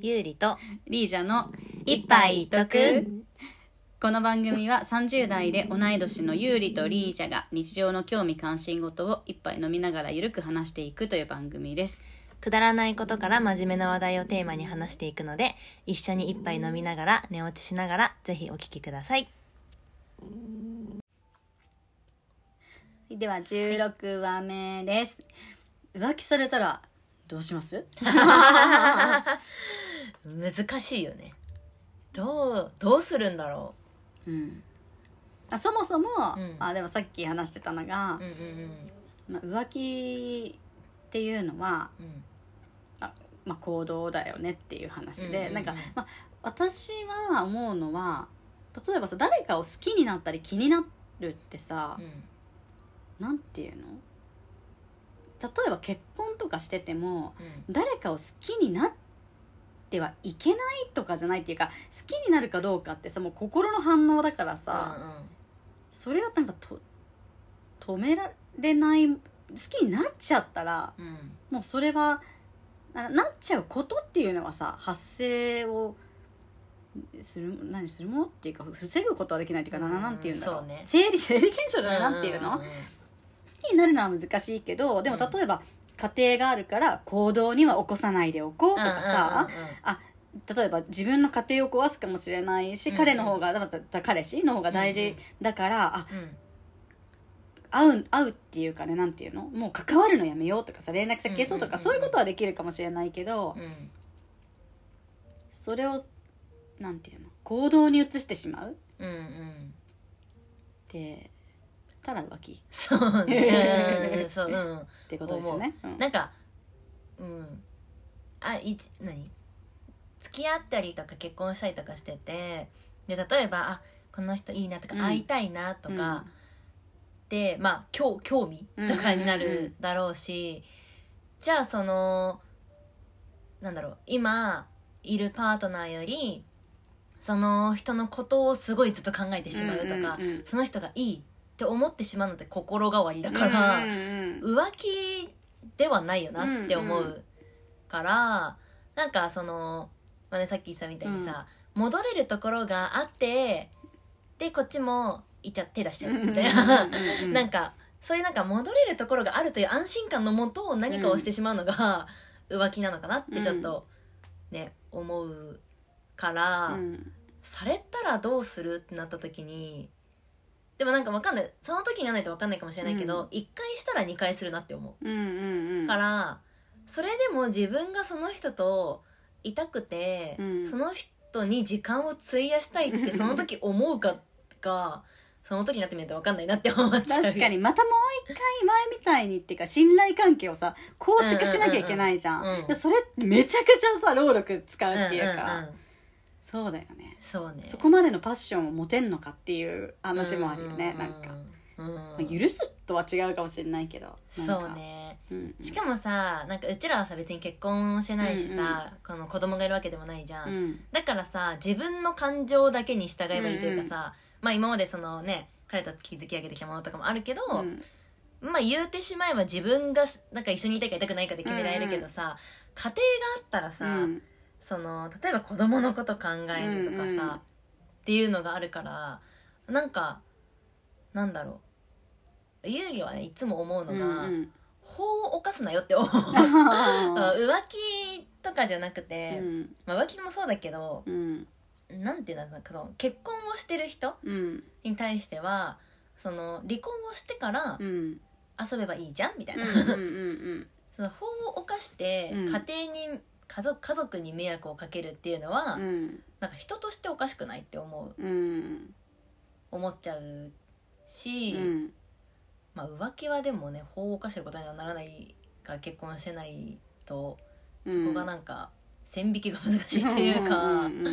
ゆうりとリージャの一杯一徳この番組は30代で同い年のユーリとリージャが日常の興味関心事を一杯飲みながらゆるく話していくという番組ですくだらないことから真面目な話題をテーマに話していくので一緒に一杯飲みながら寝落ちしながらぜひお聞きくださいでは16話目です浮気されたらどうします難しいよねどうどうするんだろうんあそもそも、うんあでもさっき話してたのがう、んうんまあ、浮気っていうのは、うんあまあ、行動だよねっていう話うんうんで、うんなんか、まあ、私は思うのは例えばさ誰かを好きになったり気になるってさ、なんていうの例えば結婚とかしてても誰かを好きになってはいけないとかじゃないっていうか好きになるかどうかってさもう心の反応だからさ、それはなんかと止められない好きになっちゃったらうんうんもうそれはななっちゃうことっていうのはさ発生をする何するものっていうか防ぐことはできないっていうかなうんなんていうんだろうそうね生理生理現象じゃないなんていうの、んん好きになるのは難しいけどでもうん例えば、家庭があるから行動には起こさないでおこうとかさ、うんうんうん例えば自分の家庭を壊すかもしれないし、うん彼の方がだから彼氏の方が大うんう事んだから、あうん会う会うっていうかねなんていうのもう関わるのやめようとかさ連絡先消そうとか、うんうんうんうんそういうことはできるかもしれないけど、うんそれをなんていうの行動に移してしまうっうんうんてただ浮気っそうねうんそううんてことですよね。うんなんかうんあいち何付き合ったりとか結婚したりとかしててで例えばあこの人いいなとか、うん会いたいなとか、でまあ興興味とかになるだろうし、じゃあそのなんだろう今いるパートナーよりその人のことをすごいずっと考えてしまうとか、うんうんうんその人がいいって思ってしまうのって心変わりだから。うんうんうん浮気ではないよなって思うんううから、なんかその、まあね、さっき言ったみたいにさ、戻れるところがあってでこっちもいっちゃ手出しちゃうみたいななんかそういうなんか戻れるところがあるという安心感のもと何かをしてしまうのが、浮気なのかなってちょっとね、思うから。うんされたらどうするってなった時にでもなんかわかんないその時にならないとわかんないかもしれないけうど、ん一1回したら2回するなって思うんうんうう、んからそれでも自分がその人といたくて、うんその人に時間を費やしたい ってその時思うかがその時になってみないとわかんないなって思っちゃう確かにまたもう一回前みたいにっていうか信頼関係をさ構築しなきゃいけないじゃん,、うんうんうんうんでそれってめちゃくちゃさ労力使うっていうか、んんんそうだよねそうねそこまでのパッションを持てんのかっていう話もあるよね、なんか、うんまあ許すとは違うかもしれないけどなんかそうねうんうんしかもさなんかうちらはさ別に結婚もしてないしさ、この子供がいるわけでもないじゃん、うんだからさ自分の感情だけに従えばいいというかさ、まあ今までそのね彼と築き上げてきたものとかもあるけど、うんまあ言うてしまえば自分がしなんか一緒にいたいかいたくないかで決められるけどさ、家庭があったらさ、うんその例えば子供のこと考えるとかさ、うんうんっていうのがあるからなんかなんだろう遊戯はねいつも思うのうんが、うん法を犯すなよって思う。あ浮気とかじゃなくーて、うんまあ、浮気もそうだけどうんなんていうんだろうその結婚をしてる人うんに対してはその離婚をしてからうん遊べばいいじゃんみたいな、うんうんうんその法を犯してうん家庭に、家族家族に迷惑をかけるっていうのは、うんなんか人としておかしくないって思ううん思っちゃうし、うんまあ、浮気はでもね法を犯してることにはならないから結婚してないとそこがなんか線引きが難しいというか。んうん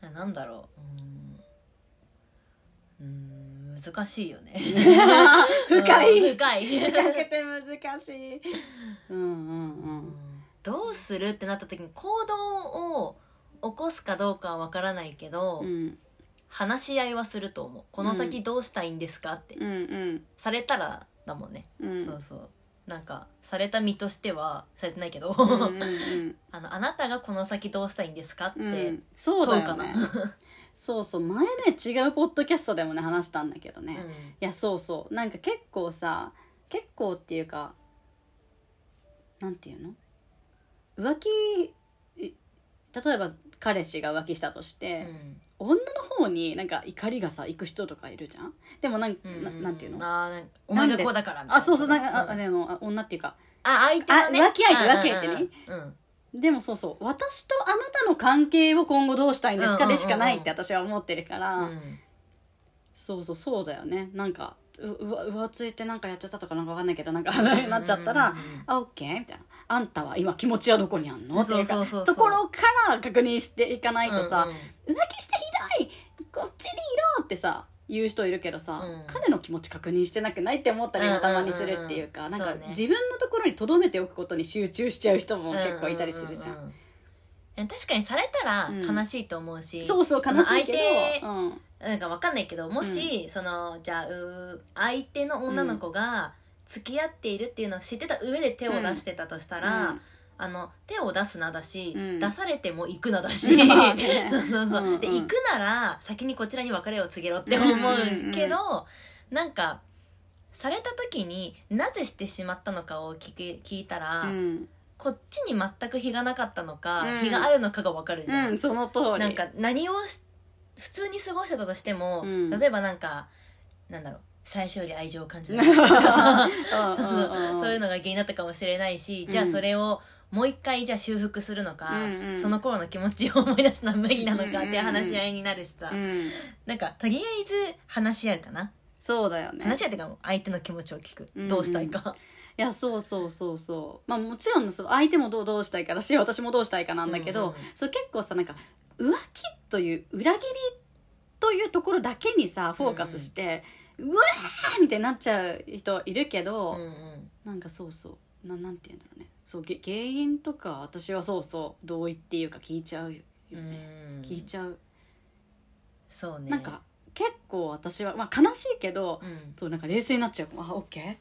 ななんだろううーんうーん難しいよねうん 深いうん深い かけて難しい。うんうんう。うんんどうするってなった時に行動を起こすかどうかはわからないけど、うん話し合いはすると思うこの先どうしたいんですかって、うんされたらだもんね、うん。そうそうなんかされた身としてはされてないけど、うんうんうん あのあなたがこの先どうしたいんですかって、うん、そうだよ問うねそうそう前ね違うポッドキャストでもね話したんだけどね、いやそうそうなんか結構さ結構っていうかなんていうの浮気い例えば彼氏が浮気したとしうて、ん女の方になんか怒りがさ行く人とかいるじゃんでもなん,、うんななんていうのあーなんかお前がこうだからみたいなあそうそうなんかあんあれのあ女っていうかあ相手のねあ浮気相手浮気相手ねうんうんうんでもそうそう私とあなたの関係を今後どうしたいんですかでしかないって私は思ってるから、うんうんそうそうそうだよねなんかううわ浮ついてなんかやっちゃったとかなんかわかんないけどなんか話題になっちゃったら「うんうんうんうんあオッケー」みたいな「あんたは今気持ちはどこにあんの?」ってそいううかそうそうそうところから確認していかないとさ「う浮気してひどいこっちにいろ!」ってさ言う人いるけどさ、うん彼の気持ち確認してなくないって思ったりもたまにするっていうか、うんうんうんうんなそんうかね自分のところに留めておくことに集中しちゃう人もんうん結構いたりするじゃん。ううううん確かにされたらうん悲しいと思うし、そうそう悲しいけど、相うん、なんかわかんないけどもし、そのじゃあう相手の女の子が付き合っているっていうのを知ってた上で手を出してたとしたら、うんあの手を出すなだし、うん出されても行くなだし、 まあねそうそうそう、うんうんで行くなら先にこちらに別れを告げろって思うけど、なんかされた時になぜしてしまったのかを聞け聞いたら、うんこっちに全く非がなかったのか、うん非があるのかが分かるじゃん、うん、その通りなん か何をし普通に過ごしてたとしても、うん例えばなんかなんだろう最初より愛情を感じなかったとか さそういうののが原因だったかもしれないし、うんじゃあそれをもう一回じゃあ修復するのか、うんうんその頃の気持ちを思い出すのは無理なのかうっんうんうんて話し合いになるしさ、うん、なんかとりあえず話し合うかな、そうだよね話し合うっていうかもう相手の気持ちを聞く、うんうんどうしたいか、いやそうそうそうそうまあもちろんその相手もどうどうしたいかだし私もどうしたいかなんだけうんど、うんうんそう結構さなんか浮気という裏切りというところだけにさフォーカスして、うわーみたいになっちゃう人いるけど、うんうんなんかそうそうななんて言うんだろうねそうげ原因とか私はそうそう同意っていうか聞いちゃうようね、ん聞いちゃう、そうねなんか結構私は、まあ、悲しいけど、うんそうなんか冷静になっちゃうあオッケー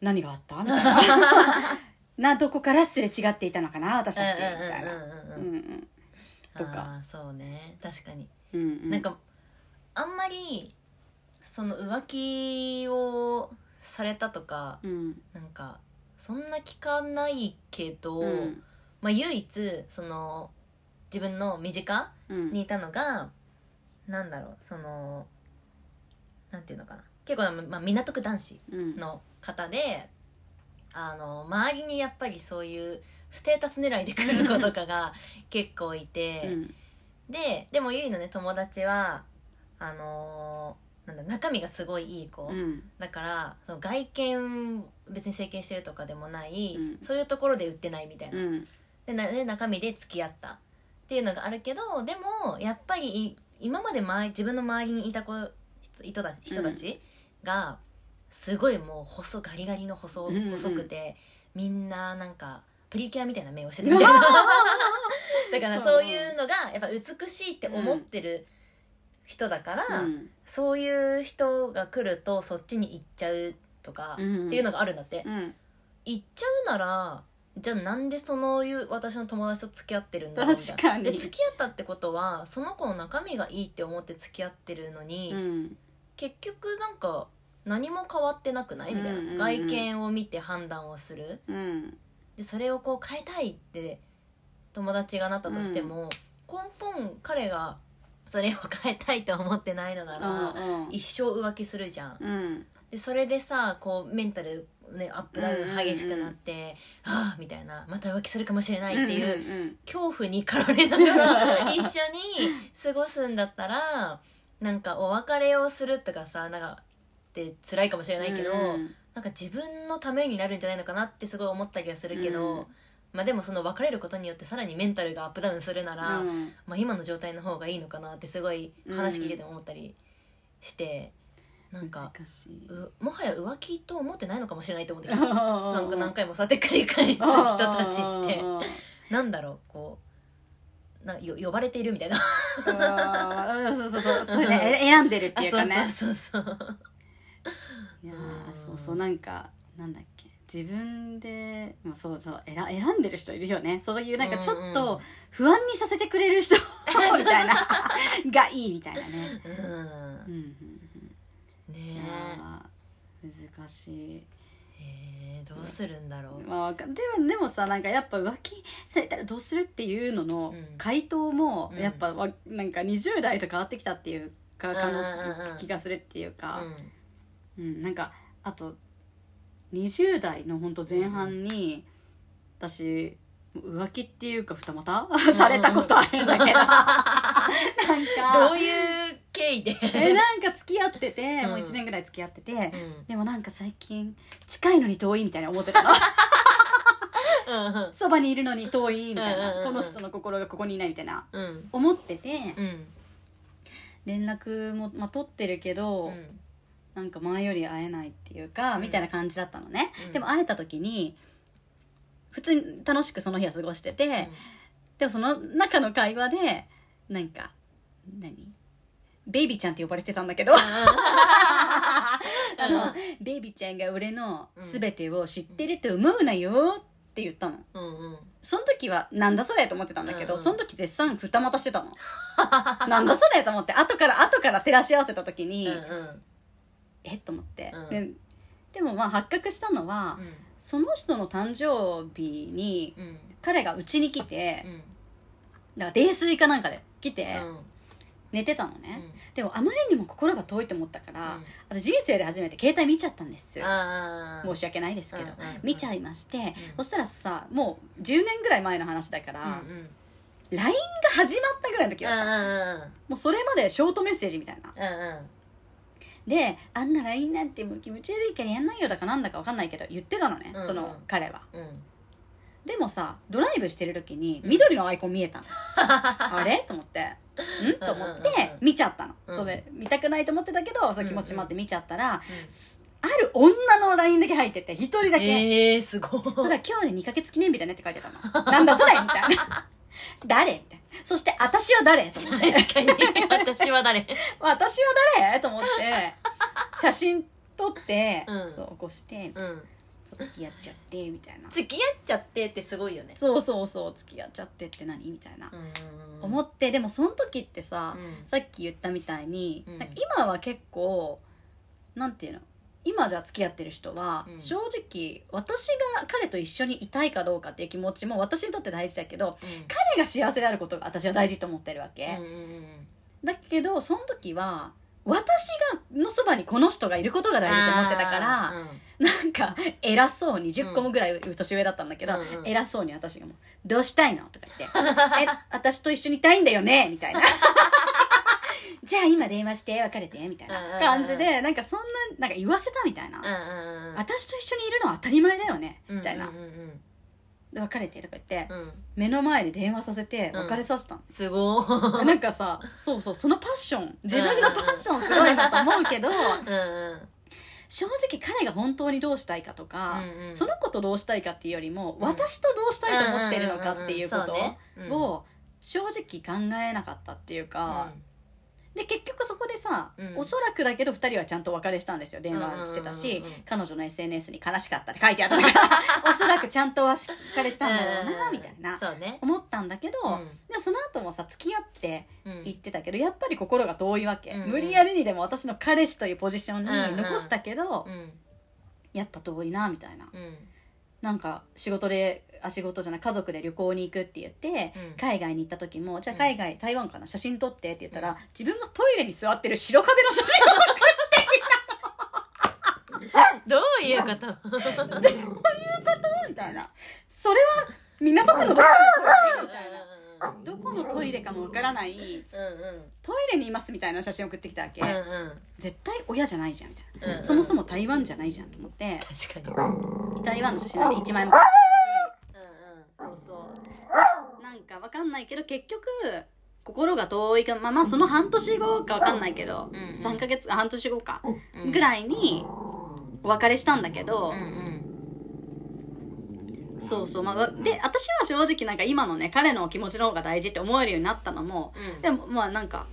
何があったみたいななどこからすれ違っていたのかな私たちみたいなうんうんうんうんうんうんうんとかあーそうね確かに、うんうんなんかあんまりその浮気をされたとかうんなんかそんな聞かないけど、うんまあ、唯一その自分の身近うんにいたのが、なんだろうそのなんていうのかな結構、まあ、港区男子うんの方であの周りにやっぱりそういうステータス狙いで来る子とか が結構いて。うんででもゆいのね友達はあのーなんだ中身がすごいいい子、うんだからその外見別に整形してるとかでもない、うんそういうところで売ってないみたいな、うんでなで中身で付き合ったっていうのがあるけどでもやっぱりい今まで周り自分の周りにいた子人人た人たちがすごいもう細ガリガリの細うんうん細くて、みんななんかプリキュアみたいな目をしてたみ たいなだからそういうのがやっぱ美しいって思ってる人だから、うんそういう人が来るとそっちに行っちゃうとか、うんっていうのがあるんだって。うん行っちゃうならじゃあなんでそのいう私の友達と付き合ってるんだろうみたいな確かにで付き合ったってことはその子の中身がいいって思って付き合ってるのに、うん結局なんか何も変わってなくないみたいな、うんうんうん外見を見て判断をするうんでそれをこう変えたいって友達がなったとしても、根本彼がそれを変えたいと思ってないのなら、うん一生浮気するじゃん、うんでそれでさこうメンタル、ね、アップダウうんン激しくなって、はあみたいなまた浮気するかもしれないっていう、うんうん恐怖に駆られながら 一緒に過ごすんだったらなんかお別れをするとかさなんかって辛いかもしれないけど、うんなんか自分のためになるんじゃないのかなってすごい思った気がするけど、うんまあ、でもその別れることによってさらにメンタルがアップダウンするなら、うんまあ、今の状態の方がいいのかなってすごい話聞いてて思ったりして、なんか。難しいうもはや浮気と思ってないのかもしれないと思ってきたななんか何回もそうやって繰り返す人たちってなんだろうこうなんかよ呼ばれているみたい なうんそうそうそうそれでえ選んでるっていうかねあそうそうそうそういやーそうそうなんかなんだっけ自分で、まあ、そうそう選選んでる人いるよねそういうなんかちょっうんうんと不安にさせてくれる 人みたいながいいみたいなね。ううんんうんうん、いねやー難しい、ええーどうするんだろうまあ、わかでもでもさなんかやっぱ浮気されたらどうするっていうののうん回答もうんやっぱ、わなんか20代と変わってきたっていうか可うんうんうん能気がするっていうか。うんうん、なんかあと20代の本当前半に、私浮気っていうか二股 されたことあるんだけどなんどうかいう経緯でえなんか付き合ってて、うんもう1年ぐらい付き合ってて、 うんでもなんか最近近いのに遠いみたいな思っ てたのそばにいるのに遠いみたいうんうんうなんこの人の心がここにいないみたいなうん思っててうん連絡も、まあ、取ってるけど、うんなんか前より会えないっていうか、うんみたいな感じだったのね、うんでも会えた時に普通に楽しくその日は過ごしてて、 でもその中の会話でなんか何ベイビーちゃんって呼ばれてたんだけどあの、ベイビーちゃんが俺の全てを知ってると思うなよって言ったのうんうんその時はなんだそれと思ってたんだけど、うんうんその時絶賛二股してたの なんだそれと思って後から後から照らし合わせた時に、うんうんえっと思って、うんででもまあ発覚したのは、その人の誕生日にうん彼がうちに来てう、んだから泥酔かなんかで来て、うん寝てたのうね、んでもあまりにも心が遠いと思ったから、私人生で初めて携帯見ちゃったんですよあー申し訳ないですけど、うんうんうん見ちゃいまして、んそしたらさもう10年ぐらい前の話だから、うんうん LINE が始まったぐらいの時うんだった、もうそれまでショートメッセージみたいなうんうんであんな LINE なんてもう気持ち悪いからやんないよだかなんだかわかんないけど言ってたのね、うんうんその彼はうんうんでもさドライブしてる時にうん緑のアイコン見え たの、あれと思ってんと思っうんうんてうん見ちゃったの、うんそれ見たくないと思ってたけどその気持ちもあって見ちゃったら、うんすある女の LINE だけ入ってて一人だけ、ええすごいそしたら今日で2ヶ月記念日だねって書いてたのなんだそれみたいな誰みたいなそして私は誰と 思って確かに私は誰私は誰と思って写真撮って、うんそう起こしてうんそう付き合っちゃってみたいな付き合っちゃってってすごいよねそうそうそう付き合っちゃってって何みたいな、うん思ってでもその時ってさ、うんさっき言ったみたいに、うんなんか今は結構なんていうの今じゃ付き合ってる人は、うん正直私が彼と一緒にいたいかどうかっていう気持ちも私にとって大事だけど彼が幸せであることが私は大事と思ってるわけ、うんうんうんうんだけどその時は私がのそばにこの人がいることが大事と思ってたから、あーうんなんか偉そうに10個もぐらい年上だったんだけど、うんうん偉そうに私がもう「どうしたいの?」とか言って「え私と一緒にいたいんだよね」みた いな「じゃあ今電話して別れて」みたいな感じでなんかそんななんか言わせたみたいなうんうんうん私と一緒にいるのは当たり前だよね」みたいなうんうんうん「で別れて」とか言ってうんうん目の前で電話させてうん別れさせたのすごいなんかさそうそうそのパッション自分のパッションすごいなと思うけどうんうん正直彼が本当にどうしたいかとか、うんうんその子とどうしたいかっていうよりも、うん私とどうしたいと思ってるのかっていうこんんんんそうねうんとを正直考えなかったっていうか、で結局そこでさ、うんおそらくだけど2人はちゃんとお別れしたんですよ電話してたし、うんうんうんうん彼女の SNS に「悲しかった」って書いてあったか らおそらくちゃんとはしっかりしたんだろうなみたいなそうね思ったんだけど、うんでもその後もさ付き合ってうん言ってたけどやっぱり心が遠いわけ、うんうん無理やりにでも私の彼氏というポジションに残したけど、うんやっぱ遠いなみたいなうんなんか仕事であ仕事じゃない家族で旅行に行くって言って、うん海外に行った時もじゃあうん海外、台湾かな写真撮ってって言ったら、うん自分がトイレに座ってる白壁の写真どういうことをみた いなそれは港区のどこのトイレみたいなどこのトイレかもわからないうんうんトイレにいますみたいな写真送ってきたわけ、うんうん絶対親じゃないじゃんみたいな、うんそもそも台湾じゃないじゃんと思って確かに台湾の写真なんて1枚も買ってないしそうそうなんかわかんないけど結局心が遠いかまあまあその半年後かわかんないけど、うん3ヶ月あ半年後か、うんぐらいにお別れしたんだけう、どんうんそうそうまあわで私は正直なんか今のね彼の気持ちの方が大事って思えるようになったのもうんでもまあなんか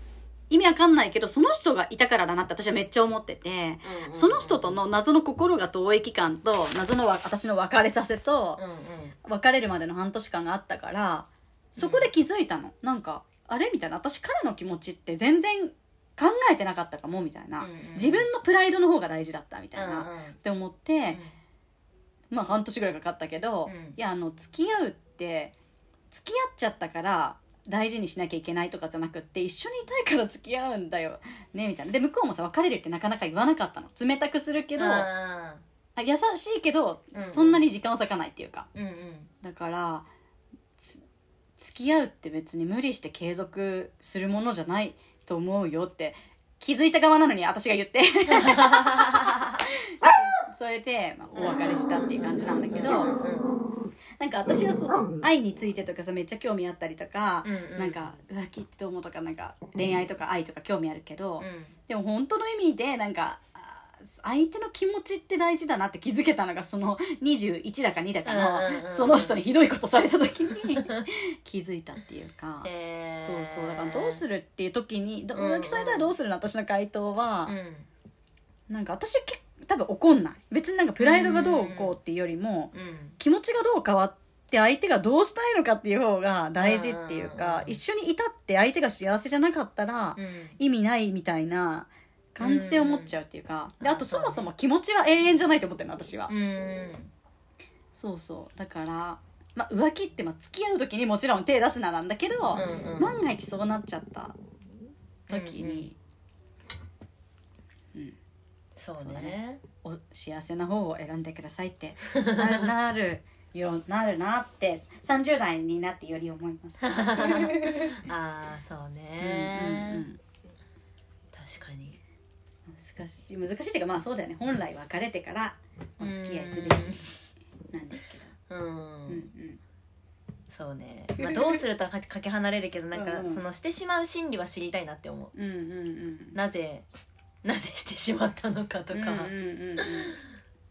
意味わかんないけどその人がいたからだなって私はめっちゃ思っててその人との謎の心が遠い期間と謎のわ私の別れさせとうんうん別れるまでの半年間があったからそこで気づいたのなんかあれみたいな私彼の気持ちって全然考えてなかったかもみたいなうんうん自分のプライドの方が大事だったみたいな、うんっうんて思って、まあ半年ぐらいかかったけど、うんいやあの付き合うって付き合っちゃったから大事にしなきゃいけないとかじゃなくって一緒にいたいから付き合うんだよねみたいなで向こうもさ別れるってなかなか言わなかったの冷たくするけど、ああ優しいけど、ーうんそんなに時間を割かないっていうかうんうんだからつ付き合うって別に無理して継続するものじゃないと思うよって気づいた側なのに私が言って それで、まあ、お別れしたっていう感じなんだけどうんうんなんか私はそうそう愛についてとかさめっちゃ興味あったりとか、うんうんなんか浮気って思うとかなんか恋愛とか愛とか興味あるけうど、んでも本当の意味でなんかあー相手の気持ちって大事だなって気づけたのがその21だか2だかの、うんうんうんうんその人にひどいことされた時 に気づいたっていうか、へそうーそうだからどうするっていう時にどうんうん浮気されたらどうするの私の回答はう、んなんか私け多分怒んない別になんかプライドがどうこうっていうよりも、うん気持ちがどう変わって相手がどうしたいのかっていう方が大事っていううんうんかうん一緒にいたって相手が幸せじゃなかったらうん意味ないみたいな感じで思っちゃうっていうかうんであとそもそも気持ちは永遠じゃないと思ってるの私はうんそうそうだから、まあ、浮気ってまあ付き合う時にもちろん手出すななんだけどうんうん万が一そうなっちゃった時にそうそうだねお幸せな方を選んでくださいってな なるよなるなって30代になってより思います。ああそううんうんうねん確かに難しい難しいっていうかまあそうだよね本来別れてからお付き合いすべきなんですけど、うんうんうん、そうねまあどうするとはか かけ離れるけどなんかうんうんそのしてしまう心理は知りたいなって思うんうんうんうなぜなぜしてしまったのかととかうんうんうん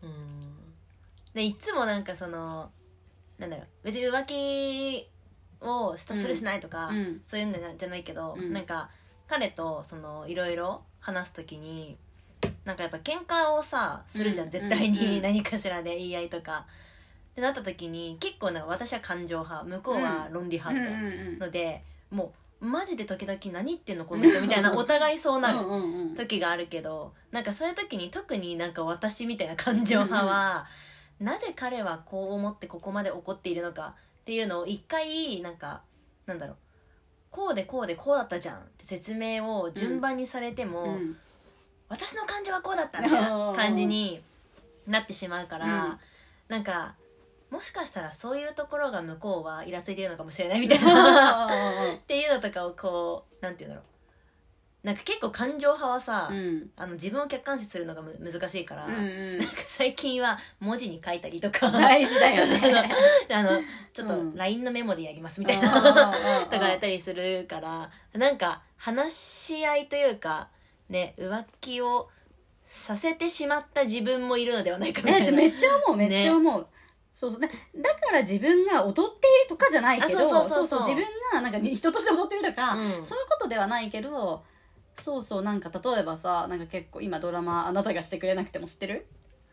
うんでいつもなんかそのなんだろう別に浮気をしたするしないとか、うんそういうのじゃないけど、うんなんか彼とそのいろいろ話す時になんかやっぱ喧嘩をさするじゃん、うん絶対うんうにん何かしらで言い合いとか。ってなった時に結構なんか私は感情派向こうは論理う派んみたいなうんので、もうマジで時々何言ってんのこの人みたいなお互いそうなるうんうんうん時があるけどなんかそういう時に特になんか私みたいな感情派は、なぜ彼はこう思ってここまで怒っているのかっていうのを一回なんかなんだろうこうでこうでこうだったじゃんって説明を順番にされても、うん私の感情はこうだったみたいな感じになってしまうから、うんなんかもしかしたらそういうところが向こうはイラついてるのかもしれないみたいな。 っていうのとかをこうなんて言うんだろうなんか結構感情派はさ、うんうんあの自分を客観視するのがむ難しいから、うなんかん最近は文字に書いたりと か あ大事だよねのちょっうとん LINE のメモでやりますみたいなとかやっだたりするからなんか話し合いというかね浮気をさせてしまった自分もいるのではないかみた えいでな。めっちゃ思うめっちゃ思う、そうそうだだから自分が踊っているとかじゃないけどあそうそうそうそう自分がなんか人として踊ってるとか、うんそういうことではないけどそうそうなんか例えばさなんか結構今ドラマ「あなたがしてくれなくても」知ってる、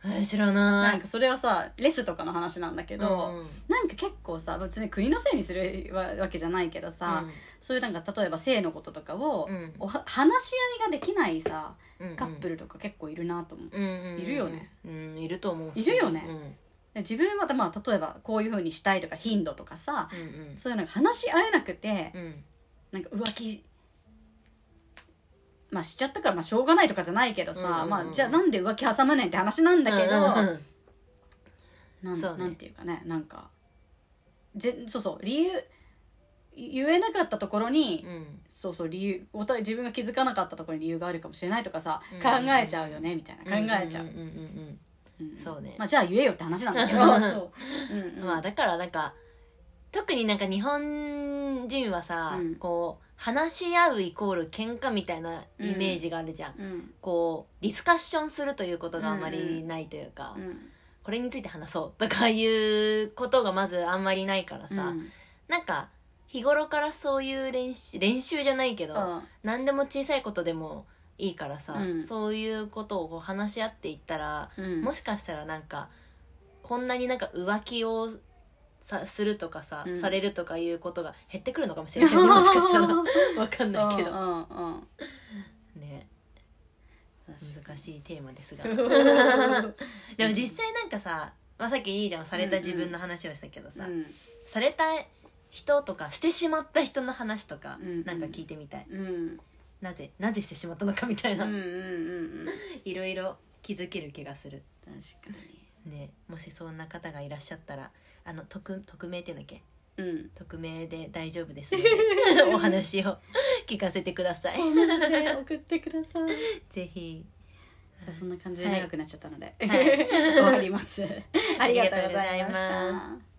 え知らない。なんかそれはさレスとかの話なんだけど、うんなんか結構さ別に国のせいにするわわけじゃないけどさ、そういうなんか例えば性のこととかを、うんおは話し合いができないさうんカップルとか結構いるなと思ううんうんうんいるよね。うんいると思う。いるよねうんで自分は、まあ、例えばこういうふうにしたいとか頻度とかさうんそういうのが話し合えなくてうんうんなんか浮気まあしちゃったからまあしょうがないとかじゃないけどさ、うんうんうんまあ、じゃあなんで浮気挟むねんって話なんだけど、うんうんなんそうねなんていうかねなんかぜそうそう理由言えなかったところに、うんそうそう理由お互い自分が気づかなかったところに理由があるかもしれないとかさ、うん考えちゃうよねみたいな考えちゃう、んんんうんうんんそうねまあ、じゃあ言えよって話なんだけどそう、うんうんまあだからなんか特になんか日本人はさ、うんこう話し合うイコール喧嘩みたいなイメージがあるじゃん、うんこうディスカッションするということがあんまりないというか、うんこれについて話そうとかいうことがまずあんまりないからさ、うんなんか日頃からそういう練習練習じゃないけど、うん何でも小さいことでもいいからさ、うんそういうことをこう話し合っていったら、うんもしかしたらなんかこんなになんか浮気をさするとかさ、うんされるとかいうことが減ってくるのかもしれ ないねもしかしたらわかんないけうどんうんうんね難しいテーマですがうんでも実際なんかさ、まあ、さっきいいじゃんされた自分の話をしたけどさ、うんされた人とかしてしまった人の話とか、うんなんか聞いてみたいうんなぜなぜしてしまったのかみたいうんうな、んうんうんいろいろ気づける気がする確かねもしそんな方がいらっしゃったらあの匿匿名っていうんだっけにうん匿名で大丈夫ですのでお話を聞かせてくださいホームスで送ってくださいぜひじゃあ そんな感じで長くなっちゃったので、い終わります。ありがとうございまありがとうしございた。